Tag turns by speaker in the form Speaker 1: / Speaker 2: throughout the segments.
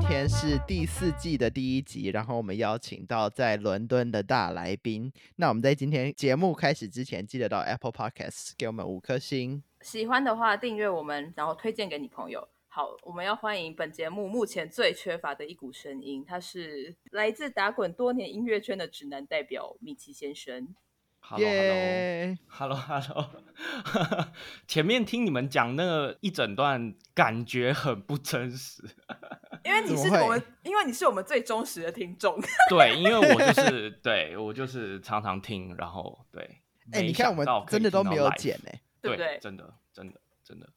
Speaker 1: 天是第四季的第一集，然后我们邀请到在伦敦的大来宾。那我们在今天节目开始之前，记得到 Apple Podcast 给我们五颗星。
Speaker 2: 喜欢的话订阅我们，然后推荐给你朋友。好，我们要欢迎本节目目前最缺乏的一股声音，他是来自打滚多年音乐圈的直男代表米奇 先生。
Speaker 1: 耶
Speaker 3: Hello Hello，前面听你们讲那一整段，感觉很不真 实。
Speaker 2: 因为你是
Speaker 1: 怎么会
Speaker 2: 我们，因为你是我们最忠实的听众。
Speaker 3: 对，因为我就是对我就是常常听，然后对。
Speaker 1: 哎、
Speaker 3: 没
Speaker 1: 你看我们
Speaker 3: 想到可以
Speaker 1: 真的都
Speaker 3: 听到
Speaker 1: 没有
Speaker 3: live
Speaker 1: 剪哎、
Speaker 2: 对不
Speaker 3: 对
Speaker 2: 对
Speaker 3: 真的真的真的，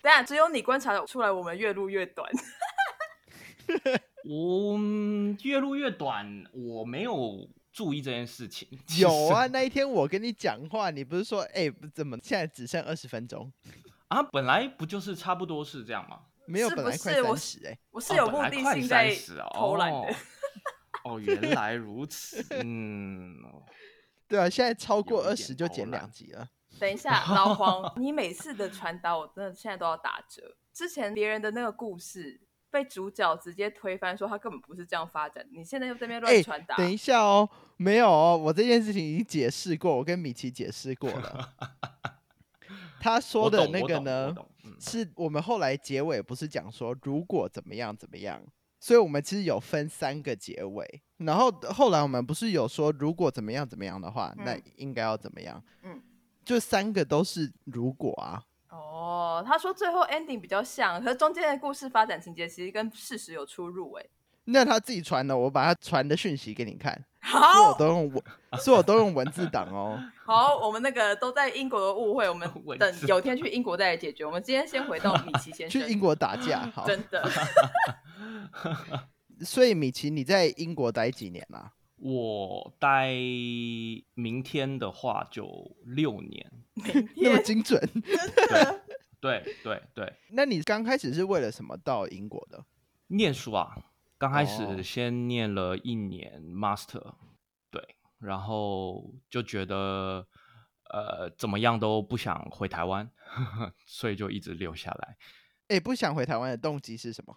Speaker 2: 当然，只有你观察得出来，我们越录越短。
Speaker 3: 我嗯越录越短，我没有注意这件事情。其
Speaker 1: 有啊，
Speaker 3: 实
Speaker 1: 那一天我跟你讲话，你不是说哎、怎么现在只剩二十分钟？
Speaker 3: 啊，本来不就是差不多是这样吗？
Speaker 1: 没有，
Speaker 2: 是
Speaker 1: 本
Speaker 2: 不
Speaker 1: 来快
Speaker 2: 是
Speaker 1: 三
Speaker 2: 我
Speaker 1: 十哎，
Speaker 2: 我是
Speaker 3: 哦
Speaker 2: 有
Speaker 3: 本
Speaker 2: 目
Speaker 3: 来
Speaker 2: 的
Speaker 3: 快
Speaker 2: 性在
Speaker 3: 30哦
Speaker 2: 偷 懒的。
Speaker 3: 哦，原来如此。嗯，
Speaker 1: 对啊，现在超过
Speaker 3: 有
Speaker 1: 二
Speaker 3: 一
Speaker 1: 十
Speaker 3: 点
Speaker 1: 就
Speaker 3: 偷
Speaker 1: 减
Speaker 3: 懒
Speaker 1: 两集了。
Speaker 2: 等一下，老黄，你每次的传达我真的现在都要打折。之前别人的那个故事被主角直接推翻，说他根本不是这样发展。你现在又在那边
Speaker 1: 哎
Speaker 2: 乱传达，
Speaker 1: 等一下哦，没有哦，我这件事情已经解释过，我跟米奇解释过 了。他说
Speaker 3: 我
Speaker 1: 的
Speaker 3: 懂
Speaker 1: 那
Speaker 3: 我
Speaker 1: 个
Speaker 3: 懂我
Speaker 1: 呢，
Speaker 3: 懂嗯
Speaker 1: 是我们后来结尾不是讲说如果怎么样怎么样，所以我们其实有分三个结尾。然后后来我们不是有说如果怎么样怎么样的话，那
Speaker 2: 嗯
Speaker 1: 应该要怎么样？
Speaker 2: 嗯，
Speaker 1: 就三个都是如果啊。
Speaker 2: 哦，他说最后 ending 比较像，可是中间的故事发展情节其实跟事实有出入、欸。
Speaker 1: 那他自己传的，我把他传的讯息给你看，
Speaker 3: 哦
Speaker 1: 所以我
Speaker 2: 好
Speaker 1: 啊都用文，所以我都用文字档 哦。
Speaker 2: 好，我们那个都在英国的误会，我们
Speaker 3: 文字
Speaker 2: 等有天去英国再来解决。我们今天先回到米奇先 生
Speaker 1: 去，英国打架，好。
Speaker 2: 真的
Speaker 1: 所以米奇，你在英国待几年啊 啦、
Speaker 3: 我待明天的话就六年，
Speaker 1: 那么精准。
Speaker 3: 对对对对，
Speaker 1: 那你刚开始是为了什么到英国的？
Speaker 3: 念书啊，刚开
Speaker 1: 哦
Speaker 3: 始先念了一年 master，对，然后就觉得呃怎么样都不想回台湾， 所以就一直留下来。
Speaker 1: 哎，不想回台湾的动机是什么？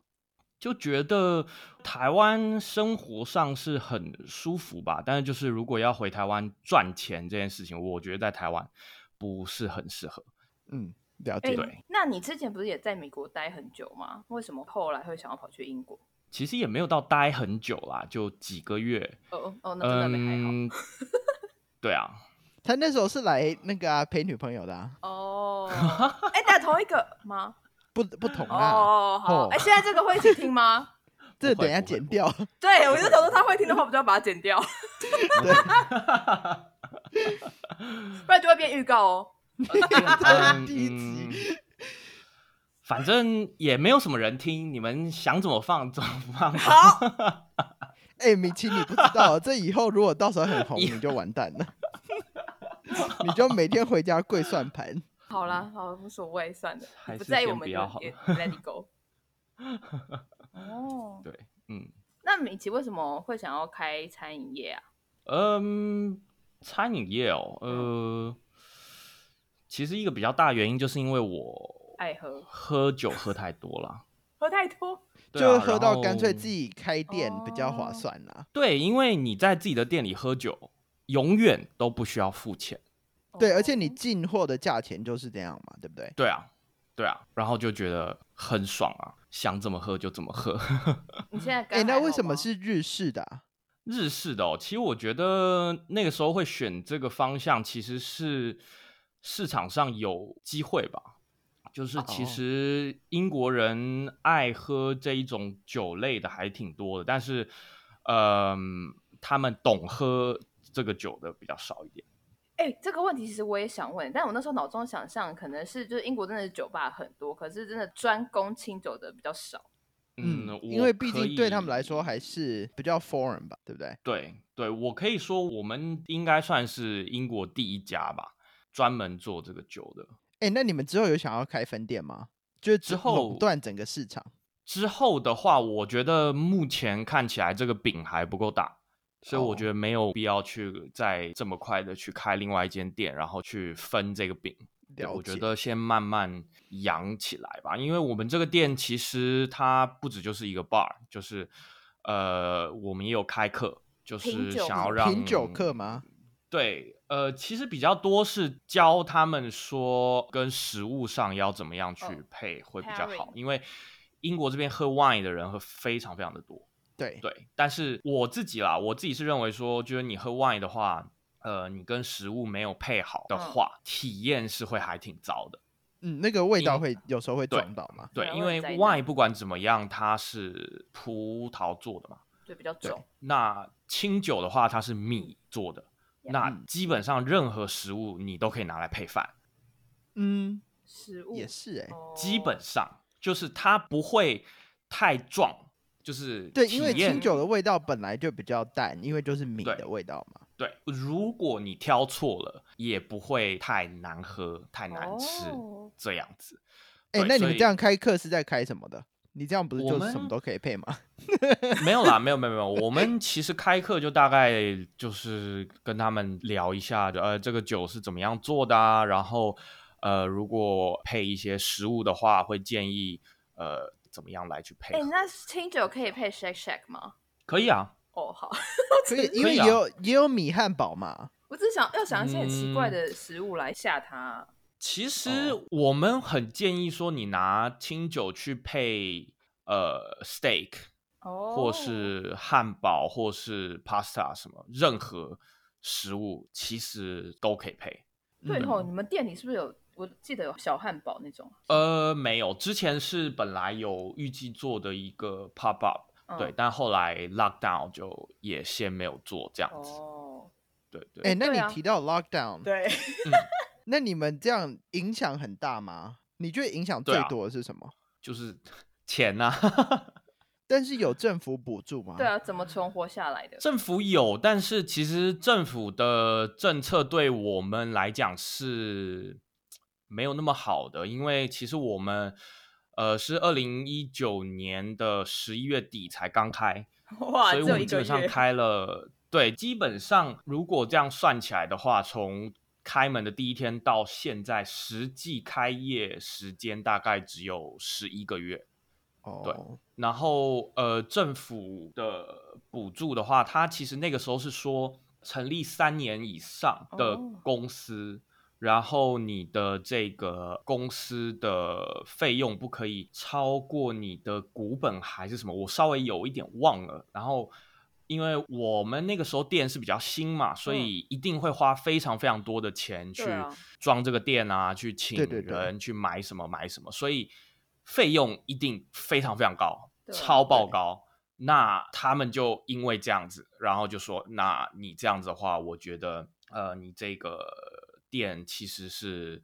Speaker 3: 就觉得台湾生活上是很舒服吧，但是就是如果要回台湾赚钱这件事情，我觉得在台湾不是很适合。
Speaker 1: 嗯，了
Speaker 2: 哎、
Speaker 1: 解。
Speaker 3: 对
Speaker 2: 那你之前不是也在美国待很久吗？为什么后来会想要跑去英国？
Speaker 3: 其实也没有到待很久啦，就几个月。
Speaker 2: 哦哦，那真的没还好。
Speaker 3: 嗯，对啊，
Speaker 1: 他那时候是来那个啊陪女朋友的、啊，
Speaker 2: 哦，哎，打同一个吗？
Speaker 1: 不不同 啊，
Speaker 2: 哦，好
Speaker 1: 哦，
Speaker 2: 哎，现在这个会一起听吗？
Speaker 1: 这
Speaker 3: 不会
Speaker 1: 等一下
Speaker 3: 不会
Speaker 1: 剪
Speaker 3: 不会
Speaker 1: 掉。
Speaker 2: 对，我就想说他会听的话，我就要把它剪掉，
Speaker 1: 对，
Speaker 2: 不然就会变预告哦。
Speaker 1: 这是第一集。
Speaker 3: 嗯反正也没有什么人听，你们想怎么放怎么放 吧。
Speaker 2: 好，
Speaker 1: 哎，米奇，你不知 道，这以后如果到时候很红，你就完蛋了。你就每天回家跪算盘。
Speaker 2: 好啦，好，无所谓，算了，
Speaker 3: 还
Speaker 2: 你
Speaker 3: 是
Speaker 2: 不在意我们
Speaker 3: 先不
Speaker 2: 就
Speaker 3: 要好了
Speaker 2: 也 let it go。哦，
Speaker 3: 对，嗯。
Speaker 2: 那米奇为什么会想要开餐饮业啊？
Speaker 3: 嗯，餐饮业哦，呃，其实一个比较大原因就是因为我
Speaker 2: 爱喝，
Speaker 3: 喝酒喝太多了，
Speaker 2: 喝太多，
Speaker 3: 对
Speaker 1: 就
Speaker 3: 啊
Speaker 1: 是喝到干脆
Speaker 3: 然后
Speaker 1: 自己开店比较划
Speaker 2: 哦
Speaker 1: 算啊啦、
Speaker 3: 对，因为你在自己的店里喝酒，永远都不需要付钱。
Speaker 1: 对，
Speaker 2: 哦
Speaker 1: 而且你进货的价钱就是这样嘛，对不对？
Speaker 3: 对啊，对啊，然后就觉得很爽啊，想怎么喝就怎么喝。
Speaker 2: 哦你现在
Speaker 1: 哎、
Speaker 2: 干
Speaker 1: 那
Speaker 2: 还好
Speaker 1: 为什么
Speaker 2: 吗
Speaker 1: 是日式的、啊？
Speaker 3: 日式的哦，其实我觉得那个时候会选这个方向，其实是市场上有机会吧。就是其
Speaker 1: 哦
Speaker 3: 实英国人爱喝这一种酒类的还挺多的，但是，嗯、他们懂喝这个酒的比较少一点。
Speaker 2: 哎、这个问题其实我也想问，但我那时候脑中想象可能是就是英国真的酒吧很多，可是真的专攻清酒的比较少。
Speaker 3: 嗯，
Speaker 1: 因
Speaker 3: 我
Speaker 1: 为毕
Speaker 3: 可
Speaker 1: 竟对他们
Speaker 3: 以
Speaker 1: 来说还是比较 foreign 吧，对不对？
Speaker 3: 对对，我可以说我们应该算是英国第一家吧，专门做这个酒的。
Speaker 1: 哎、那你们之后有想要开分店吗？就是
Speaker 3: 之
Speaker 1: 垄
Speaker 3: 后
Speaker 1: 断整个市场，
Speaker 3: 之后的话，我觉得目前看起来这个饼还不够大，所以
Speaker 1: 哦
Speaker 3: 我觉得没有必要去再这么快的去开另外一间店，然后去分这个饼。对，
Speaker 1: 了
Speaker 3: 我觉
Speaker 1: 解
Speaker 3: 得先慢慢养起来吧，因为我们这个店其实它不止就是一个 bar，就是呃，我们也有开课，就
Speaker 2: 品
Speaker 3: 是
Speaker 2: 酒
Speaker 3: 想要
Speaker 2: 课
Speaker 3: 让
Speaker 1: 品酒课吗？
Speaker 3: 对，呃，其实比较多是教他们说跟食物上要怎么样去
Speaker 2: 嗯
Speaker 3: 配会比较好
Speaker 2: pairing，
Speaker 3: 因为英国这边喝 wine 的人会非常非常的多，
Speaker 1: 对，
Speaker 3: 对，但是我自己啦，我自己是认为说，就是你喝 wine 的话，呃，你跟食物没有配好的
Speaker 2: 嗯
Speaker 3: 话，体验是会还挺糟的。
Speaker 1: 嗯，那个味道
Speaker 3: 因
Speaker 1: 会有时候会
Speaker 3: 对
Speaker 1: 撞到嘛。
Speaker 3: 对
Speaker 2: 对，
Speaker 3: 因
Speaker 2: 会
Speaker 3: 为
Speaker 2: 有灾难
Speaker 3: wine 不管怎么样，它是葡萄做的嘛。
Speaker 2: 对，比较
Speaker 1: 对
Speaker 2: 重。
Speaker 3: 那清酒的话，它是米做的。
Speaker 2: Yeah
Speaker 3: 那
Speaker 1: 嗯
Speaker 3: 基本上任何食物你都可以拿来配饭，
Speaker 1: 嗯，
Speaker 2: 食物
Speaker 1: 也是哎、
Speaker 2: 哦
Speaker 3: 基本上就是它不会太壮，就是
Speaker 1: 对，
Speaker 3: 体
Speaker 1: 因为
Speaker 3: 验
Speaker 1: 清酒的味道本来就比较淡，因为就是米
Speaker 3: 对
Speaker 1: 的味道嘛。
Speaker 3: 对，如果你挑错了，也不会太难喝、太难吃、
Speaker 2: 哦
Speaker 3: 这样子。
Speaker 1: 哎、
Speaker 3: 对
Speaker 1: 那你
Speaker 3: 所
Speaker 1: 们
Speaker 3: 以
Speaker 1: 这样开课是在开什么的？你这样不是
Speaker 3: 我
Speaker 1: 就是什么
Speaker 3: 们
Speaker 1: 都可以配吗？
Speaker 2: 哦
Speaker 3: 没有啦， 没有没有没有，我们其实开课就大概就是跟他们聊一下，呃，这个酒是怎么样做的啊，然后呃，如果配一些食物的话，会建议呃怎么样来去配
Speaker 2: 哎、
Speaker 3: 合
Speaker 2: 那清酒可以配 shake shake 吗？
Speaker 3: 可以啊，
Speaker 2: 哦，好，
Speaker 1: 可以，因
Speaker 3: 可
Speaker 1: 为
Speaker 3: 以
Speaker 1: 也
Speaker 3: 啊
Speaker 1: 有、也有米汉堡嘛。
Speaker 2: 我只想要想一些很奇怪
Speaker 3: 嗯
Speaker 2: 的食物来吓他。
Speaker 3: 其实
Speaker 1: 哦
Speaker 3: 我们很建议说，你拿清酒去配呃 steak，
Speaker 2: 哦，
Speaker 3: 或是汉堡，或是 pasta 什么，任何食物其实都可以配。
Speaker 2: 对
Speaker 1: 嗯
Speaker 2: 吼，你们店里是不是有？我记得有小汉堡那种。
Speaker 3: 呃，没有，之前是本来有预计做的一个 pop up，、
Speaker 2: 嗯、
Speaker 3: 对，但后来 lockdown 就也先没有做这样子。
Speaker 2: 哦，
Speaker 3: 对对，
Speaker 1: 哎、那
Speaker 2: 对
Speaker 1: 你
Speaker 2: 啊
Speaker 1: 提到 lockdown，、
Speaker 2: 对，
Speaker 3: 嗯
Speaker 1: 那你们这样影响很大吗？你觉得影响
Speaker 3: 对
Speaker 1: 最
Speaker 3: 啊
Speaker 1: 多的是什么？
Speaker 3: 就是 钱呐、啊，
Speaker 1: 但是有政府补助吗？
Speaker 2: 对啊，怎么存活下来的？
Speaker 3: 政府有，但是其实政府的政策对我们来讲是没有那么好的，因为其实我们呃是二零一九年的十一月底才刚开，
Speaker 2: 哇，
Speaker 3: 所
Speaker 2: 只
Speaker 3: 以我
Speaker 2: 有
Speaker 3: 们
Speaker 2: 一
Speaker 3: 基
Speaker 2: 个
Speaker 3: 本上
Speaker 2: 月。
Speaker 3: 开了，对，基本上如果这样算起来的话，从开门的第一天到现在，实际开业时间大概只有十一个月。
Speaker 1: 哦，
Speaker 3: 然后呃，政府的补助的话，它其实那个时候是说，成立三年以上的
Speaker 2: 哦
Speaker 3: 公司，然后你的这个公司的费用不可以超过你的股本还是什么，我稍微有一点忘了。然后。因为我们那个时候店是比较新嘛，所以一定会花非常非常多的钱
Speaker 2: 嗯
Speaker 3: 去
Speaker 2: 对啊
Speaker 3: 装这个店啊，去请
Speaker 1: 对对对
Speaker 3: 人去买什么买什么，所以费用一定非常非常高，
Speaker 2: 对啊
Speaker 3: 超爆高。那他们就因为这样子，然后就说：“那你这样子的话，我觉得呃，你这个店其实是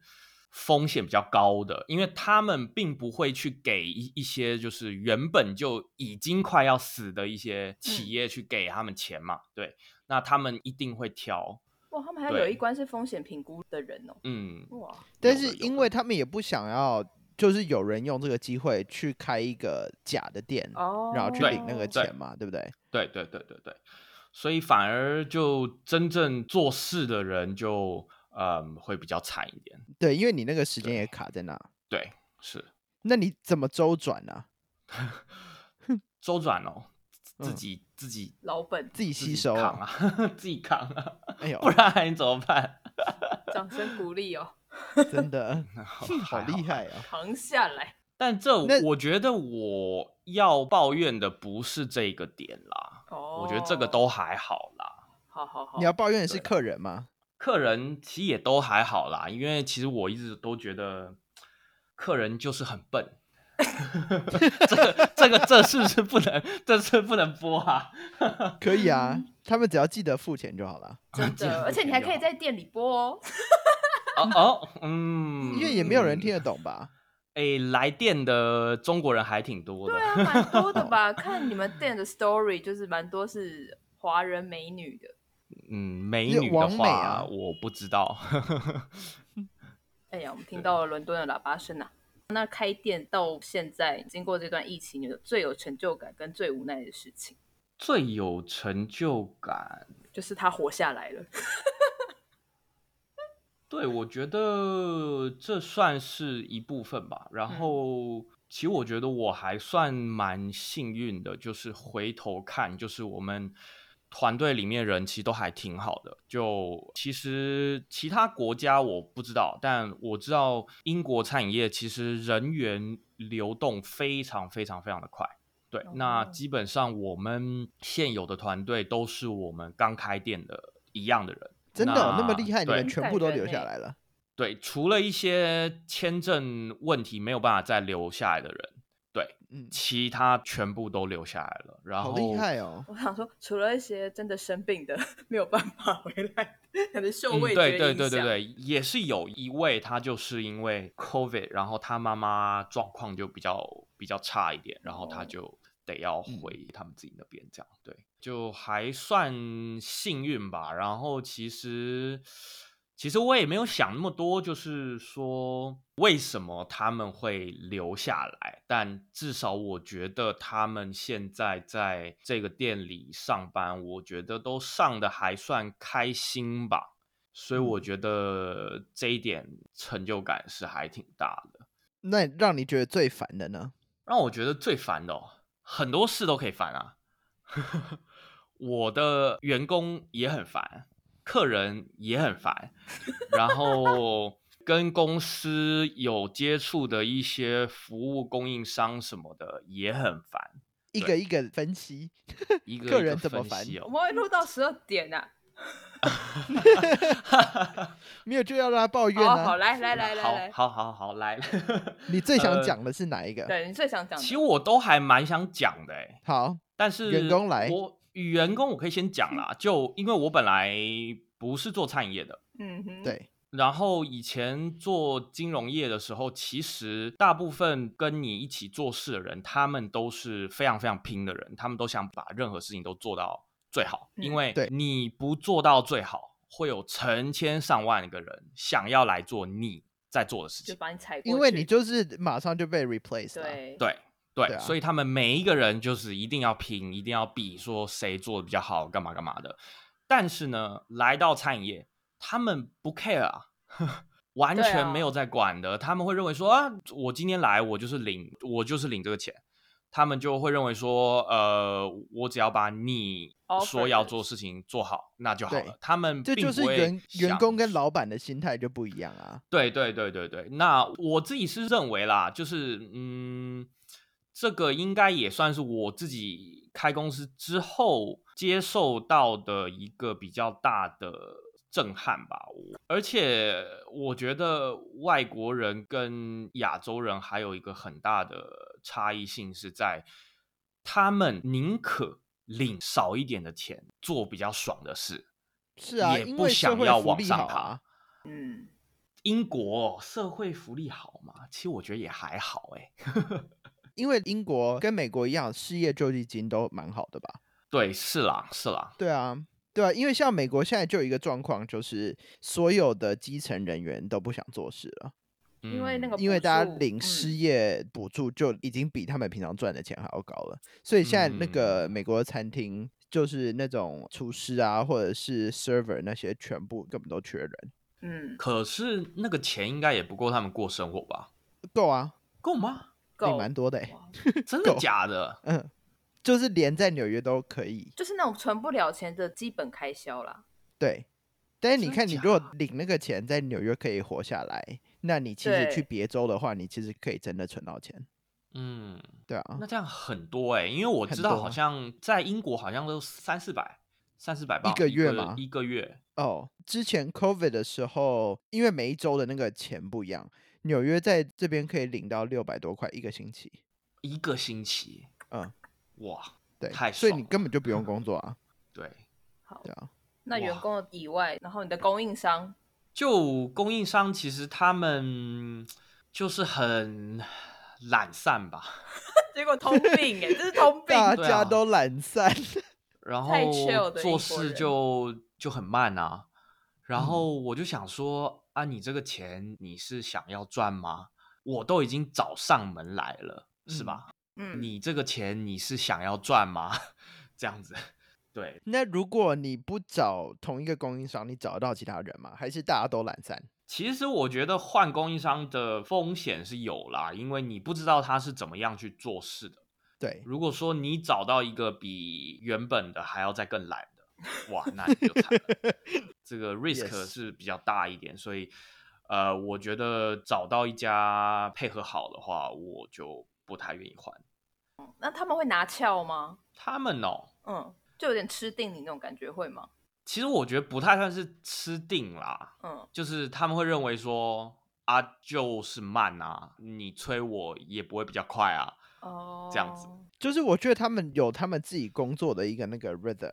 Speaker 3: 风险比较高的，因为他们并不会去给一一些就是原本就已经快要死的一些企业去给他们钱嘛，对，那他们一定会挑，
Speaker 2: 哇，他们还
Speaker 3: 对
Speaker 2: 有一关是风险评估的人哦。
Speaker 3: 嗯，
Speaker 2: 哇，
Speaker 1: 但
Speaker 3: 有的
Speaker 1: 是
Speaker 3: 有
Speaker 1: 因
Speaker 3: 的
Speaker 1: 为他们也不想要，就是有人用这个机会去开一个假的
Speaker 3: 嗯
Speaker 1: 店，
Speaker 2: 哦，
Speaker 1: 然后去
Speaker 3: 对
Speaker 1: 领那个
Speaker 3: 对
Speaker 1: 钱嘛，对不对？
Speaker 3: 对对对对对，所以反而就真正做事的人就嗯会比较惨一点，
Speaker 1: 对，因为你那个时间也卡在那，
Speaker 3: 对，是
Speaker 1: 那你怎么周转呢、
Speaker 3: 周转哦，自
Speaker 1: 嗯
Speaker 3: 己、自己
Speaker 2: 老 本，
Speaker 1: 自己
Speaker 3: 自
Speaker 1: 吸
Speaker 3: 己
Speaker 1: 收
Speaker 3: 扛啊， 自己扛啊，
Speaker 1: 哎呦
Speaker 3: 不，然还能怎么办？
Speaker 2: 掌声鼓励哦，
Speaker 1: 真的好
Speaker 3: 好
Speaker 1: 厉害啊！
Speaker 2: 扛下来。
Speaker 3: 但这
Speaker 1: 那
Speaker 3: 我觉得我要抱怨的不是这个点啦，
Speaker 2: 哦，
Speaker 3: 我觉得这个都还好啦。
Speaker 2: 好好好。
Speaker 1: 你要抱怨的是
Speaker 3: 对
Speaker 1: 客人吗？
Speaker 3: 客人其实也都还好啦，因为其实我一直都觉得客人就是很笨。 这个这个这是不是不能，这是不能播啊？
Speaker 1: 可以啊，他们只要记得付钱就好了，
Speaker 2: 真
Speaker 3: 这样
Speaker 2: 的，
Speaker 3: 不
Speaker 2: 而且你还可以
Speaker 3: 行就好
Speaker 2: 在店里播哦。
Speaker 3: 哦哦，嗯，
Speaker 1: 因为也没有人听
Speaker 3: 嗯。
Speaker 1: 得懂吧？
Speaker 3: 哎，来电的中国人还挺多的。
Speaker 2: 对啊，蛮多的 吧？看你们店的 story，就是蛮多是华人美女的。
Speaker 3: 嗯，美
Speaker 1: 有
Speaker 3: 女的
Speaker 1: 王美
Speaker 3: 话、
Speaker 1: 啊
Speaker 3: 我不知道。
Speaker 2: 哎呀，我们听到了伦敦的喇叭声啊！那开店到现在，经过这段疫情，你有最有成就感跟最无奈的事情，
Speaker 3: 最有成就感，
Speaker 2: 就是他活下来了。
Speaker 3: 对，我觉得这算是一部分吧。然后，其实我觉得我还算蛮幸运的，就是回头看，就是我们团队里面人其实都还挺好的。就其实其他国家我不知道，但我知道英国餐饮业其实人员流动非常非常非常的快。对，那
Speaker 2: 哦
Speaker 3: 基本上我们现有的团队都是我们刚开店的一样的人。
Speaker 1: 真的哦、那么
Speaker 3: 那
Speaker 1: 厉害，你
Speaker 3: 对
Speaker 1: 们全部都
Speaker 2: 很
Speaker 1: 留
Speaker 2: 感人
Speaker 1: 下
Speaker 2: 欸
Speaker 1: 来了。
Speaker 3: 对，除了一些签证问题没有办法再留下来的人，对，
Speaker 1: 嗯，
Speaker 3: 其他全部都留下来了。然后
Speaker 1: 好厉害哦！
Speaker 2: 我想说，除了一些真的生病的没有办法回来，可能受
Speaker 3: 嗯，
Speaker 2: 味觉
Speaker 3: 对
Speaker 2: 影响、
Speaker 3: 对对对对，也是有一位他就是因为 COVID，然后他妈妈状况就比较比较差一点，然后他
Speaker 2: 哦嗯
Speaker 3: 就得要回他们自己那边这样，对，就还算幸运吧。然后其实其实我也没有想那么多，就是说为什么他们会留下来，但至少我觉得他们现在在这个店里上班，我觉得都上的还算开心吧。
Speaker 1: 嗯
Speaker 3: 所以我觉得这一点成就感是还挺大的。
Speaker 1: 那让你觉得最烦的呢？
Speaker 3: 让我觉得最烦的、哦，很多事都可以烦啊。 我的员工也很烦，客人也很烦，然 后跟公司有接触的一些服务供应商什么的也很烦。
Speaker 1: 一个
Speaker 3: 对
Speaker 1: 一个分析，
Speaker 3: 一个
Speaker 1: 客
Speaker 3: 一个
Speaker 1: 人怎么
Speaker 3: 分析
Speaker 2: 我
Speaker 3: 哦
Speaker 2: 们会录到十二点啊！
Speaker 1: 没有就要让他抱怨
Speaker 3: 哦
Speaker 2: 好哦好，
Speaker 1: 啊。
Speaker 2: 来来来来来，
Speaker 3: 好好好好来。
Speaker 1: 你最想
Speaker 3: 呃
Speaker 1: 讲的是哪一个？
Speaker 2: 对你最想讲的，
Speaker 3: 其实我都还蛮想讲的哎，
Speaker 1: 好，
Speaker 3: 但是
Speaker 1: 员工来
Speaker 3: 我与员工我可以先 讲啦，就因为我本来不是做餐饮业的，
Speaker 2: 嗯哼，，
Speaker 1: 对，
Speaker 3: 然后以前做金融业的时候，其实大部分跟你一起做事的人，他们都是非常非常拼的人，他们都想把任何事情都做到最好，
Speaker 2: 嗯
Speaker 3: 因为
Speaker 1: 对
Speaker 3: 你不做到最好，会有成千上万个人想要来做你在做的事
Speaker 2: 就
Speaker 3: 情。
Speaker 2: 把你踩过去，
Speaker 1: 因为你就是马上就被 replace 了啊。
Speaker 2: 对
Speaker 3: 嗯对对，
Speaker 1: 对啊
Speaker 3: 所以他们每一个人就是一定要拼，一定要比说谁做的比较好，干嘛干嘛的。但是呢，来到餐饮业，他们不 care 啊， 完
Speaker 2: 对
Speaker 3: 全
Speaker 2: 啊
Speaker 3: 没有在管的。他们会认为说啊，我今天来，我就是领，我就是领这个钱。他们就会认为说，呃，我只要把你
Speaker 2: Offer
Speaker 3: 说要
Speaker 2: 的
Speaker 3: 做事情做好，那就好
Speaker 1: 对
Speaker 3: 了。他们
Speaker 1: 这
Speaker 3: 并
Speaker 1: 就是
Speaker 3: 不会
Speaker 1: 员员
Speaker 3: 想
Speaker 1: 工跟
Speaker 3: 说
Speaker 1: 老板的心态就不一样啊。
Speaker 3: 对对对对对，那我自己是认为啦，就是嗯，这个应该也算是我自己开公司之后接受到的一个比较大的震撼吧。我而且我觉得外国人跟亚洲人还有一个很大的差异性是在，他们宁可领少一点的钱，做比较爽的事。
Speaker 1: 是啊，
Speaker 3: 也
Speaker 1: 因
Speaker 3: 不
Speaker 1: 为社
Speaker 3: 想
Speaker 1: 会
Speaker 3: 要
Speaker 1: 福
Speaker 3: 往
Speaker 1: 利
Speaker 3: 上
Speaker 1: 好
Speaker 3: 爬
Speaker 1: 啊。
Speaker 2: 嗯，
Speaker 3: 英国社会福利好吗？其实我觉得也还好哎、
Speaker 1: 因为英国跟美国一样，失业救济金都蛮好的吧？
Speaker 3: 对，是啦，是啦，
Speaker 1: 对啊，对啊，因为像美国现在就有一个状况，就是所有的基层人员都不想做事了，
Speaker 2: 因为那
Speaker 3: 嗯
Speaker 2: 个
Speaker 1: 因为
Speaker 2: 补
Speaker 1: 大家
Speaker 2: 助
Speaker 1: 领
Speaker 2: 嗯
Speaker 1: 失业补助就已经比他们平常赚的钱还要高了，所以现在那
Speaker 2: 嗯
Speaker 1: 个美国的餐厅。就是那种厨师啊，或者是 server 那些，全部根本都缺人，
Speaker 2: 嗯
Speaker 3: 可是那个钱应该也不够他们过生活吧？
Speaker 1: 够啊，
Speaker 3: 够吗？
Speaker 1: 领
Speaker 2: 够
Speaker 1: 蛮多的、欸，
Speaker 2: 哇
Speaker 3: 真的
Speaker 1: 够
Speaker 3: 假的？
Speaker 1: 嗯，就是连在纽约都可以，
Speaker 2: 就是那种存不了钱的基本开销啦。
Speaker 1: 对。但是你
Speaker 3: 真
Speaker 1: 看，你
Speaker 3: 假
Speaker 1: 如果领那个钱在纽约可以活下来，那你其实去
Speaker 2: 对
Speaker 1: 别州的话，你其实可以真的存到钱，
Speaker 3: 嗯，
Speaker 1: 对啊
Speaker 3: 那，这样很多哎、因为我知
Speaker 1: 很
Speaker 3: 道
Speaker 1: 多
Speaker 3: 好像在英国好像都三四百，三四百
Speaker 1: 一
Speaker 3: 镑
Speaker 1: 个月吗
Speaker 3: 吗？一个月。
Speaker 1: 哦，之前 COVID 的时候，因为每一周的那个钱不一样，纽约在这边可以领到六百多块一个星期，
Speaker 3: 一个星期，
Speaker 1: 嗯，
Speaker 3: 哇，
Speaker 1: 对，
Speaker 3: 太
Speaker 1: 所以
Speaker 3: 爽
Speaker 1: 你根
Speaker 3: 了
Speaker 1: 本就不用工作啊，
Speaker 3: 对，
Speaker 2: 好，
Speaker 1: 对 啊，
Speaker 2: 那员
Speaker 3: 哇
Speaker 2: 工以外，然后你的供应商，
Speaker 3: 就供应商其实他们就是很懒散吧，
Speaker 2: 结果通病 哎、这是通病。
Speaker 1: 大
Speaker 3: 对
Speaker 1: 家
Speaker 3: 啊
Speaker 1: 都懒散，
Speaker 3: 然
Speaker 2: 太
Speaker 3: 后
Speaker 2: chill 的英
Speaker 3: 做
Speaker 2: 国
Speaker 3: 事
Speaker 2: 人
Speaker 3: 就就很慢啊。然
Speaker 1: 嗯
Speaker 3: 后我就想说啊，你这个钱你是想要赚吗？我都已经找上门来了，
Speaker 1: 嗯
Speaker 3: 是吧？
Speaker 2: 嗯，
Speaker 3: 你这个钱你是想要赚吗？ 这样子，对，
Speaker 1: 那如果你不找同一个供应商，你找得到其他人吗？还是大家都懒散？
Speaker 3: 其实我觉得换供应商的风险是有啦，因为你不知道他是怎么样去做事的。
Speaker 1: 对，
Speaker 3: 如果说你找到一个比原本的还要再更懒的，哇，那你就惨了。这个 risk
Speaker 1: Yes
Speaker 3: 是比较大一点，所以呃，我觉得找到一家配合好的话，我就不太愿意换
Speaker 2: 那他们会拿翘吗？
Speaker 3: 他们哦。
Speaker 2: 嗯，就有点吃定你那种感觉，会吗？
Speaker 3: 其实我觉得不太算是吃定啦，
Speaker 2: 嗯，
Speaker 3: 就是他们会认为说啊，就是慢啊，你催我也不会比较快啊。
Speaker 2: 哦，
Speaker 3: 这样子
Speaker 1: 就是我觉得他们有他们自己工作的一个那个 rhythm，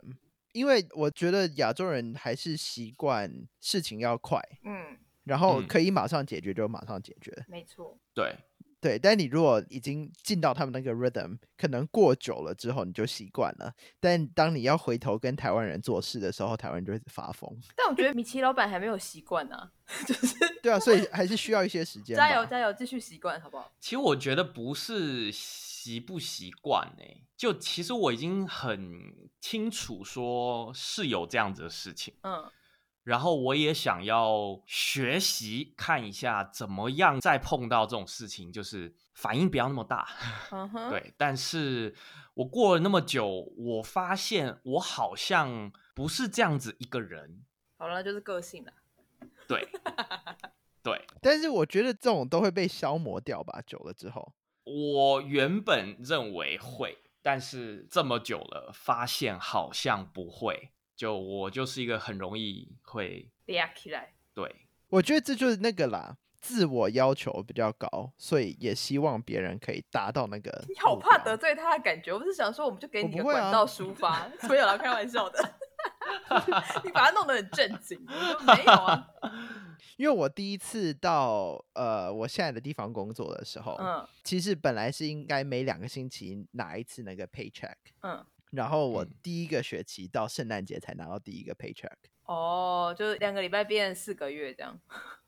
Speaker 1: 因为我觉得亚洲人还是习惯事情要快，
Speaker 2: 嗯，
Speaker 1: 然后
Speaker 3: 嗯
Speaker 1: 可以马上解决就马上解决。
Speaker 2: 没错，
Speaker 3: 对，
Speaker 1: 对，但你如果已经进到他们那个 rhythm，可能过久了之后你就习惯了。但当你要回头跟台湾人做事的时候，台湾人就会发疯。
Speaker 2: 但我觉得米奇老板还没有习惯呢， 就是
Speaker 1: 对啊，所以还是需要一些时间吧。
Speaker 2: 加油加油，继续习惯好不好？
Speaker 3: 其实我觉得不是习不习惯哎、就其实我已经很清楚说是有这样子的事情，
Speaker 2: 嗯
Speaker 3: 然后我也想要学习看一下怎么样再碰到这种事情，就是反应不要那么大。
Speaker 2: 嗯哼，，
Speaker 3: 对，但是我过了那么久，我发现我好像不是这样子一个人。
Speaker 2: 好了，就是个性啦。
Speaker 3: 对，对
Speaker 1: 但是我觉得这种都会被消磨掉吧，久了之后。
Speaker 3: 我原本认为会，但是这么久了，发现好像不会。就我就是一个很容易会
Speaker 2: 嗲起来，
Speaker 3: 对，
Speaker 1: 我觉得这就是那个啦，自我要求比较高，所以也希望别人可以达到那个。
Speaker 2: 你好怕得。罪他的感觉。我不是想说，我们就给你一个
Speaker 1: 我不会啊
Speaker 2: 管道抒发， 没有啦，开玩笑的。 你把他弄得很正经，我说没 有啊，
Speaker 1: 因为我第一次到呃我现在的地方工作的时候，
Speaker 2: 嗯
Speaker 1: 其实本来是应该每两个星期拿一次那个 paycheck，
Speaker 2: 嗯，
Speaker 1: 然后我
Speaker 3: 嗯
Speaker 1: 第一个学期到圣诞节才拿到第一个 paycheck，
Speaker 2: 哦，就是两个礼拜变四个月这样，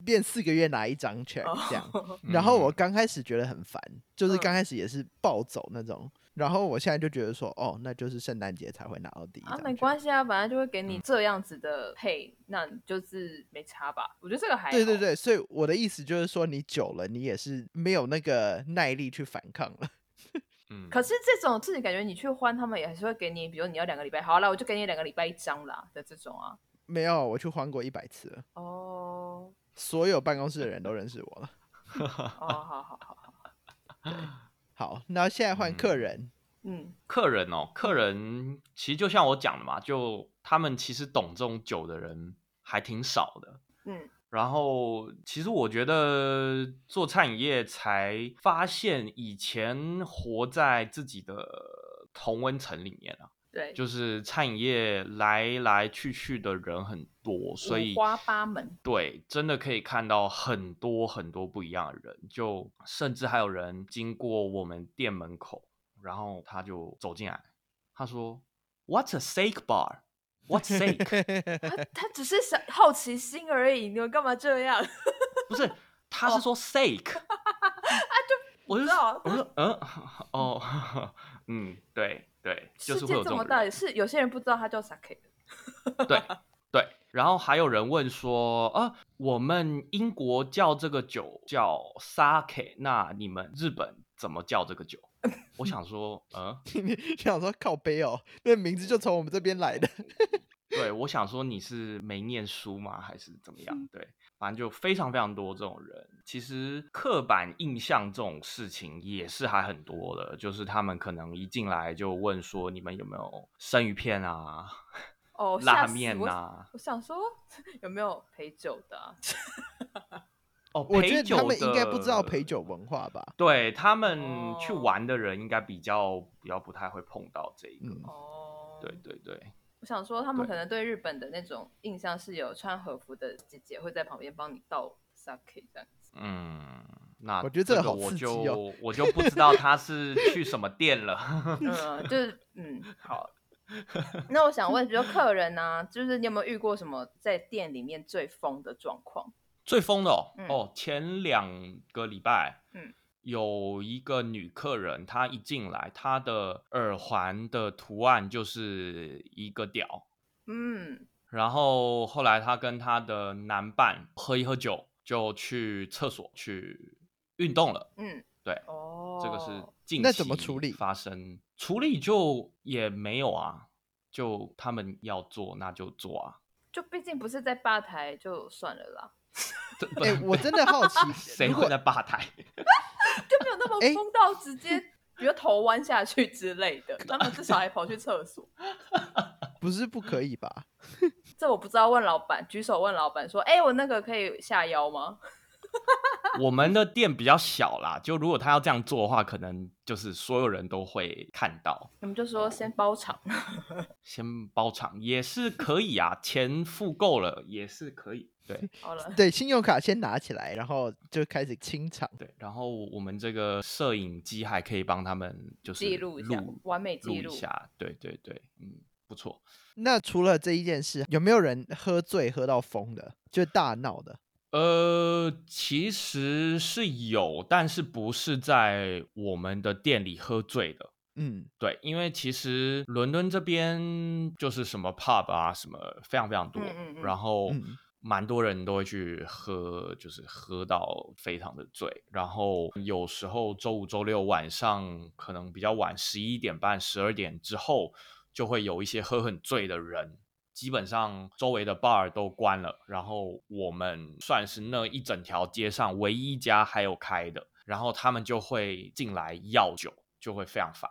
Speaker 1: 变四个月拿一张 check 这样。
Speaker 2: 哦，
Speaker 1: 然后我
Speaker 3: 嗯
Speaker 1: 刚开始觉得很烦，就是
Speaker 2: 嗯
Speaker 1: 刚开始也是暴走那种。然后我现在就觉得说，哦，那就是圣诞节才会拿到第一张
Speaker 2: 啊，
Speaker 1: check。
Speaker 2: 没关系啊，反正就会给
Speaker 1: 嗯
Speaker 2: 你这样子的配，那你就是没差吧？我觉得这个还好
Speaker 1: 对对，对，所以我的意思就是说，你久了，你也是没有那个耐力去反抗了。
Speaker 3: 嗯，
Speaker 2: 可是这种自己感觉你去欢，他们也还是会给你，比如你要两个礼拜，好啦，我就给你两个礼拜一张啦的这种啊。
Speaker 1: 没有，我去欢过一百次了，
Speaker 2: 哦
Speaker 1: 所有办公室的人都认识我了。
Speaker 2: 哦，好好好好，
Speaker 1: 好，那现在换客
Speaker 3: 嗯
Speaker 1: 人，
Speaker 2: 嗯
Speaker 3: 客人哦，客人其实就像我讲的嘛，就他们其实懂这种酒的人还挺少的。
Speaker 2: 嗯
Speaker 3: 然后，其实我觉得做餐饮业才发现，以前活在自己的同温层里面啊，
Speaker 2: 对，
Speaker 3: 就是餐饮业来来去去的人很多，所以
Speaker 2: 五花八门，
Speaker 3: 对，真的可以看到很多很多不一样的人，就甚至还有人经过我们店门口，然后他就走进来，他说：“What's a steak bar? What's steak？”
Speaker 2: 他他只是想好奇心而已，你们干嘛这样？
Speaker 3: 不是，他
Speaker 2: 哦
Speaker 3: 是 说 steak。我就
Speaker 2: 啊知道
Speaker 3: 我 说嗯 哦 嗯对对， 就是
Speaker 2: 世
Speaker 3: 会
Speaker 2: 界
Speaker 3: 有
Speaker 2: 这
Speaker 3: 种
Speaker 2: 么大，
Speaker 3: 人
Speaker 2: 也是有些人不知道他叫 sake 的
Speaker 3: 对对。然后还有人问说啊，我们英国叫这个酒叫 sake，那你们日本怎么叫这个 酒？我想说，嗯，
Speaker 1: 想说靠背哦，那名字就从我们这边来的。
Speaker 3: 对，我想说你是没念书吗，还是怎么样？对，反正就非常非常多这种人。其实刻板印象这种事情也是还很多的，就是他们可能一进来就问说你们有没有生鱼片啊、
Speaker 2: 哦，
Speaker 3: 拉
Speaker 2: 吓死
Speaker 3: 面
Speaker 2: 我
Speaker 3: 啊？
Speaker 2: 我想说 有没有陪酒的啊？
Speaker 3: 哦，
Speaker 1: 我
Speaker 3: 陪
Speaker 1: 觉得
Speaker 3: 酒
Speaker 1: 他们应该
Speaker 3: 的
Speaker 1: 不知道陪酒文化吧？
Speaker 3: 对他们去
Speaker 2: 哦
Speaker 3: 玩的人应该比较比较不太会碰到这一个。
Speaker 1: 嗯
Speaker 2: 哦，
Speaker 3: 对对对，
Speaker 2: 我想说，他们
Speaker 3: 对
Speaker 2: 可能对日本的那种印象是有穿和服的姐姐会在旁边帮你倒 sake 这 样子。
Speaker 3: 嗯。那
Speaker 1: 我觉得这个好
Speaker 3: 我
Speaker 1: 刺激
Speaker 3: 就、
Speaker 1: 哦
Speaker 3: 我就不知道他是去什么店了。
Speaker 2: 嗯，就是嗯，好。那我想问，比如说客人呢、啊就是你有没有遇过什么在店里面最疯的状况？
Speaker 3: 最疯的哦，
Speaker 2: 嗯
Speaker 3: 哦前两个礼拜，
Speaker 2: 嗯，
Speaker 3: 有一个女客人，她一进来，她的耳环的图案就是一个屌，
Speaker 2: 嗯，
Speaker 3: 然后后来她跟她的男伴喝一喝酒，就去厕所去运动了。
Speaker 2: 嗯，
Speaker 3: 对，
Speaker 2: 哦，
Speaker 3: 这个是近期
Speaker 1: 那怎么处理
Speaker 3: 发生？处理就也没有啊，就他们要做那就做啊。
Speaker 2: 就毕竟不是在吧台，就算了 啦，
Speaker 3: 这不，
Speaker 1: 哎、我真的好奇
Speaker 3: 谁
Speaker 1: 如
Speaker 3: 会
Speaker 1: 果
Speaker 3: 在吧台？
Speaker 2: 就没有那么
Speaker 1: 哎
Speaker 2: 疯到直接，比如头弯下去之类的。他们至少还跑去厕所，
Speaker 1: 不是不可以吧？
Speaker 2: 这我不知道。问老板，举手问老板说：“哎、我那个可以下腰吗
Speaker 3: 我们的店比较小啦，就如果他要这样做的话，可能就是所有人都会看到。？”
Speaker 2: 你们就
Speaker 3: 哦
Speaker 2: 说先包场，
Speaker 3: 先包场也是可以啊，钱付够了也是可以。 对
Speaker 2: 好了，
Speaker 1: 对，信用卡先拿起来，然后就开始清场。
Speaker 3: 对，然后我们这个摄影机还可以帮他们就是
Speaker 2: 记录一下，完美
Speaker 3: 录
Speaker 2: 记
Speaker 3: 一
Speaker 2: 录。
Speaker 3: 下。对对对，嗯，不错。
Speaker 1: 那除了这一件事，有没有人喝醉喝到疯的，就大闹的？
Speaker 3: 呃，其实是有，但是不是在我们的店里喝醉的。
Speaker 1: 嗯，
Speaker 3: 对，因为其实伦敦这边就是什么 pub 啊，什么非常非常
Speaker 2: 嗯
Speaker 3: 多，
Speaker 2: 嗯嗯
Speaker 3: 然后
Speaker 1: 嗯
Speaker 3: 蛮多人都会去喝，就是喝到非常的醉。然后有时候周五、周六晚上可能比较晚，十一点半、十二点之后，就会有一些喝很醉的人。基本上周围的 bar 都关了，然后我们算是那一整条街上唯一一家还有开的，然后他们就会进来要酒，就会非常烦。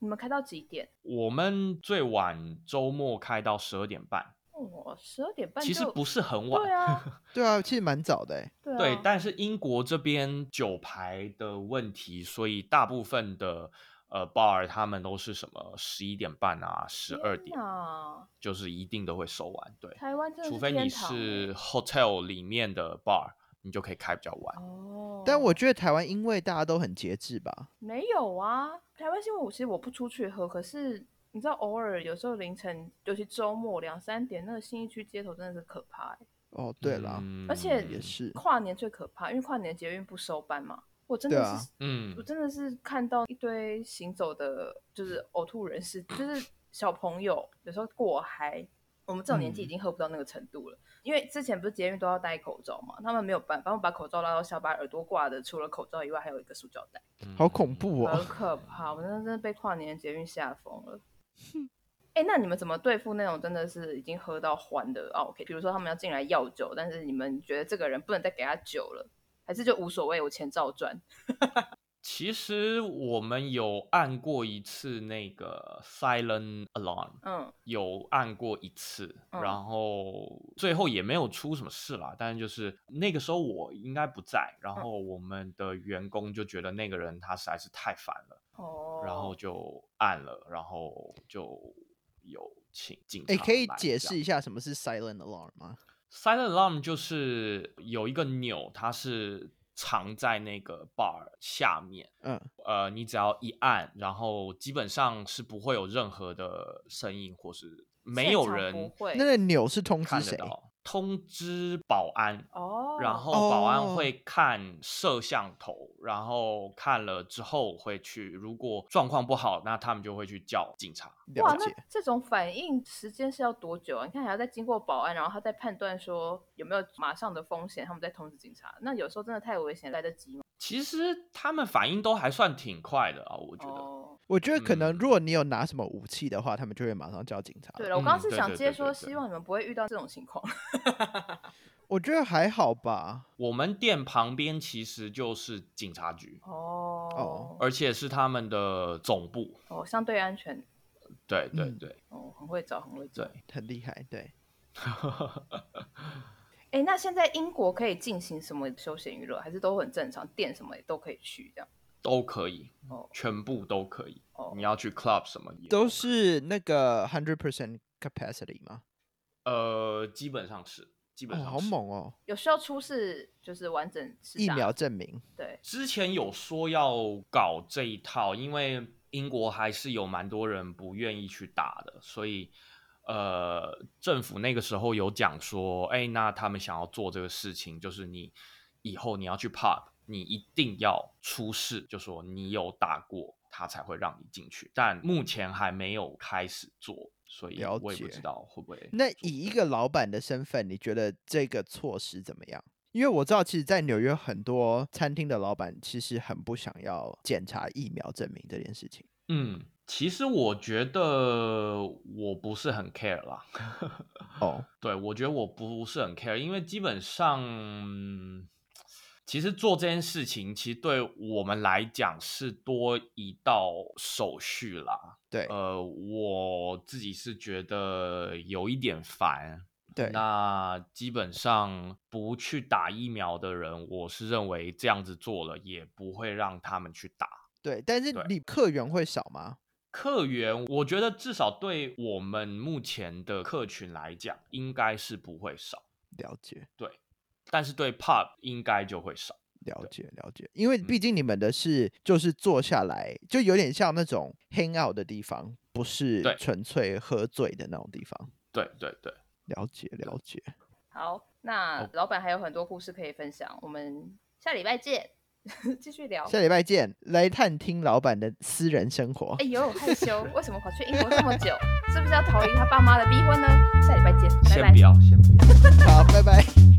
Speaker 2: 你们开到几点？
Speaker 3: 我们最晚周末开到十二点半，
Speaker 2: 哦，十二点半就。
Speaker 3: 其实不是很晚。
Speaker 2: 对 啊，
Speaker 1: 对啊，其实蛮早的欸。
Speaker 2: 对啊。
Speaker 3: 对，但是英国这边酒牌的问题，所以大部分的呃 bar 他们都是什么十一点半啊、十二
Speaker 2: 天
Speaker 3: 点，
Speaker 2: 哪
Speaker 3: 就是一定都会收完。对，
Speaker 2: 台湾真的
Speaker 3: 除
Speaker 2: 是
Speaker 3: 非你
Speaker 2: 天堂
Speaker 3: 是
Speaker 2: 欸
Speaker 3: hotel 里面的 bar，你就可以开比较晚。
Speaker 2: 哦，
Speaker 1: 但我觉得台湾因为大家都很节制吧，
Speaker 2: 没有啊，台湾新闻我其实我不出去喝，可是你知道偶尔有时候凌晨，尤其周末两三点，那个新一区街头真的是可怕、欸，
Speaker 1: 哦，对啦，
Speaker 3: 嗯
Speaker 2: 而且
Speaker 1: 也是
Speaker 2: 跨年最可怕，因为跨年捷运不收班嘛，我真的
Speaker 1: 对
Speaker 2: 是、
Speaker 1: 啊
Speaker 3: 嗯
Speaker 2: 我，真的是看到一堆行走的，就是呕吐人士，就是小朋友有时候过嗨，我们这种年纪
Speaker 1: 嗯
Speaker 2: 已经喝不到那个程度了。因为之前不是捷运都要戴口罩嘛，他们没有办法，我们把口罩拉到下巴，耳朵挂的除了口罩以外还有一个塑胶袋。
Speaker 3: 嗯
Speaker 1: 好恐怖
Speaker 2: 好
Speaker 1: 哦。
Speaker 2: 可怕！我真的真的被跨年捷运吓疯了。哎、那你们怎么对付那种真的是已经喝到欢的哦 OK，比如说他们要进来要酒，但是你们觉得这个人不能再给他酒了，还是就无所谓，我钱照赚？
Speaker 3: 其实我们有按过一次那个 silent alarm，
Speaker 2: 嗯，
Speaker 3: 有按过一次，
Speaker 2: 嗯
Speaker 3: 然后最后也没有出什么事啦。但是就是那个时候我应该不在，
Speaker 1: 嗯
Speaker 3: 然后我们的员工就觉得那个人他实在是太烦了，
Speaker 2: 哦，
Speaker 3: 然后就按了，然后就有请警察
Speaker 1: 哎、
Speaker 3: 来。
Speaker 1: 可以解释
Speaker 3: 这样
Speaker 1: 一下什么是 silent alarm 吗？
Speaker 3: Silent Alarm 就是有一个钮，它是藏在那个 bar 下面。
Speaker 1: 嗯，
Speaker 3: 呃，你只要一按，然后基本上是不会有任何的声音，或是没有
Speaker 2: 现场
Speaker 3: 人
Speaker 2: 不会
Speaker 1: 那个钮是通知
Speaker 3: 看得
Speaker 1: 谁？
Speaker 3: 到。通知保安，
Speaker 2: 哦，
Speaker 3: 然后保安
Speaker 1: 哦
Speaker 3: 会看摄像头，然后看了之后会去，如果状况不好，那他们就会去叫警察。
Speaker 2: 哇，
Speaker 1: 了
Speaker 2: 那
Speaker 1: 解。
Speaker 2: 这种反应时间是要多久啊？你看还要再经过保安，然后他再判断说有没有马上的风险，他们再通知警察。那有时候真的太危险，来得及吗？
Speaker 3: 其实他们反应都还算挺快的啊，我觉得。
Speaker 2: 哦，
Speaker 1: 我觉得可能
Speaker 3: 嗯
Speaker 1: 如果你有拿什么武器的话，他们就会马上叫警察。
Speaker 2: 对了，我刚刚
Speaker 3: 嗯
Speaker 2: 是
Speaker 3: 对
Speaker 2: 想
Speaker 3: 对
Speaker 2: 接
Speaker 3: 对
Speaker 2: 说，
Speaker 3: 对
Speaker 2: 希
Speaker 3: 对
Speaker 2: 望你们不会遇到这种情况。
Speaker 1: 我觉得还好吧。
Speaker 3: 我们店旁边其实就是警察局，
Speaker 2: 哦
Speaker 3: 而且是他们的总部。
Speaker 2: 哦，相对安全
Speaker 3: 对对
Speaker 1: 嗯
Speaker 3: 对
Speaker 2: 哦，很会找，很会找。
Speaker 3: 对，
Speaker 1: 很厉害，对，
Speaker 2: 哎，那现在英国可以进行什么休闲娱乐，还是都很正常，店什么也都可以去这样？
Speaker 3: 都可以
Speaker 2: 哦，
Speaker 3: 全部都可以。
Speaker 2: 哦
Speaker 3: 你，要去 club 什么也
Speaker 1: 都
Speaker 3: 可以
Speaker 1: 是那个 hundred percent capacity 吗？
Speaker 3: 呃，基本上是基本
Speaker 1: 哦，
Speaker 3: 上
Speaker 1: 好
Speaker 3: 是
Speaker 1: 猛哦！
Speaker 2: 有需要出示就是完整是
Speaker 1: 疫
Speaker 2: 打
Speaker 1: 苗证明，
Speaker 2: 对，
Speaker 3: 之前有说要搞这一套，因为英国还是有蛮多人不愿意去打的，所以呃，政府那个时候有讲说，哎，那他们想要做这个事情，就是你以后你要去 pub，你一定要出示，就说你有打过，他才会让你进去。但目前还没有开始做，所以
Speaker 1: 了
Speaker 3: 我也不
Speaker 1: 解
Speaker 3: 知道会不会。
Speaker 1: 那以一个老板的身份，你觉得这个措施怎么样？因为我知道，其实，在纽约很多餐厅的老板其实很不想要检查疫苗证明这件事情。
Speaker 3: 嗯，其实我觉得我不是很 care 啦。
Speaker 1: 哦，
Speaker 3: 对，我觉得我不是很 care，因为基本上，嗯其实做这件事情，其实对我们来讲是多一道手续啦。
Speaker 1: 对
Speaker 3: 呃，我自己是觉得有一点烦。
Speaker 1: 对，
Speaker 3: 那基本上不去打疫苗的人，我是认为这样子做了也不会让他们去打。
Speaker 1: 对，但是
Speaker 3: 对
Speaker 1: 你客源会少吗？
Speaker 3: 客源，我觉得至少对我们目前的客群来讲，应该是不会少，
Speaker 1: 了解，
Speaker 3: 但是对 pub 应该就会少。
Speaker 1: 了解，了解。因为毕竟你们的是就是坐下来，就有点像那种 hang out 的地方，不是
Speaker 3: 对
Speaker 1: 纯粹喝醉的那种地方。
Speaker 3: 对对对，
Speaker 1: 了解，了解。
Speaker 2: 好，那
Speaker 3: 好
Speaker 2: 老板还有很多故事可以分享，我们下礼拜见， 继续聊。
Speaker 1: 下礼拜见，来探听老板的私人生活
Speaker 2: 哎。呦，害羞，为什么跑去英国这么久？ 是不是要逃离他爸妈的逼婚呢？下礼拜见，拜拜
Speaker 3: 先不。要，先不要。
Speaker 1: 好，拜拜。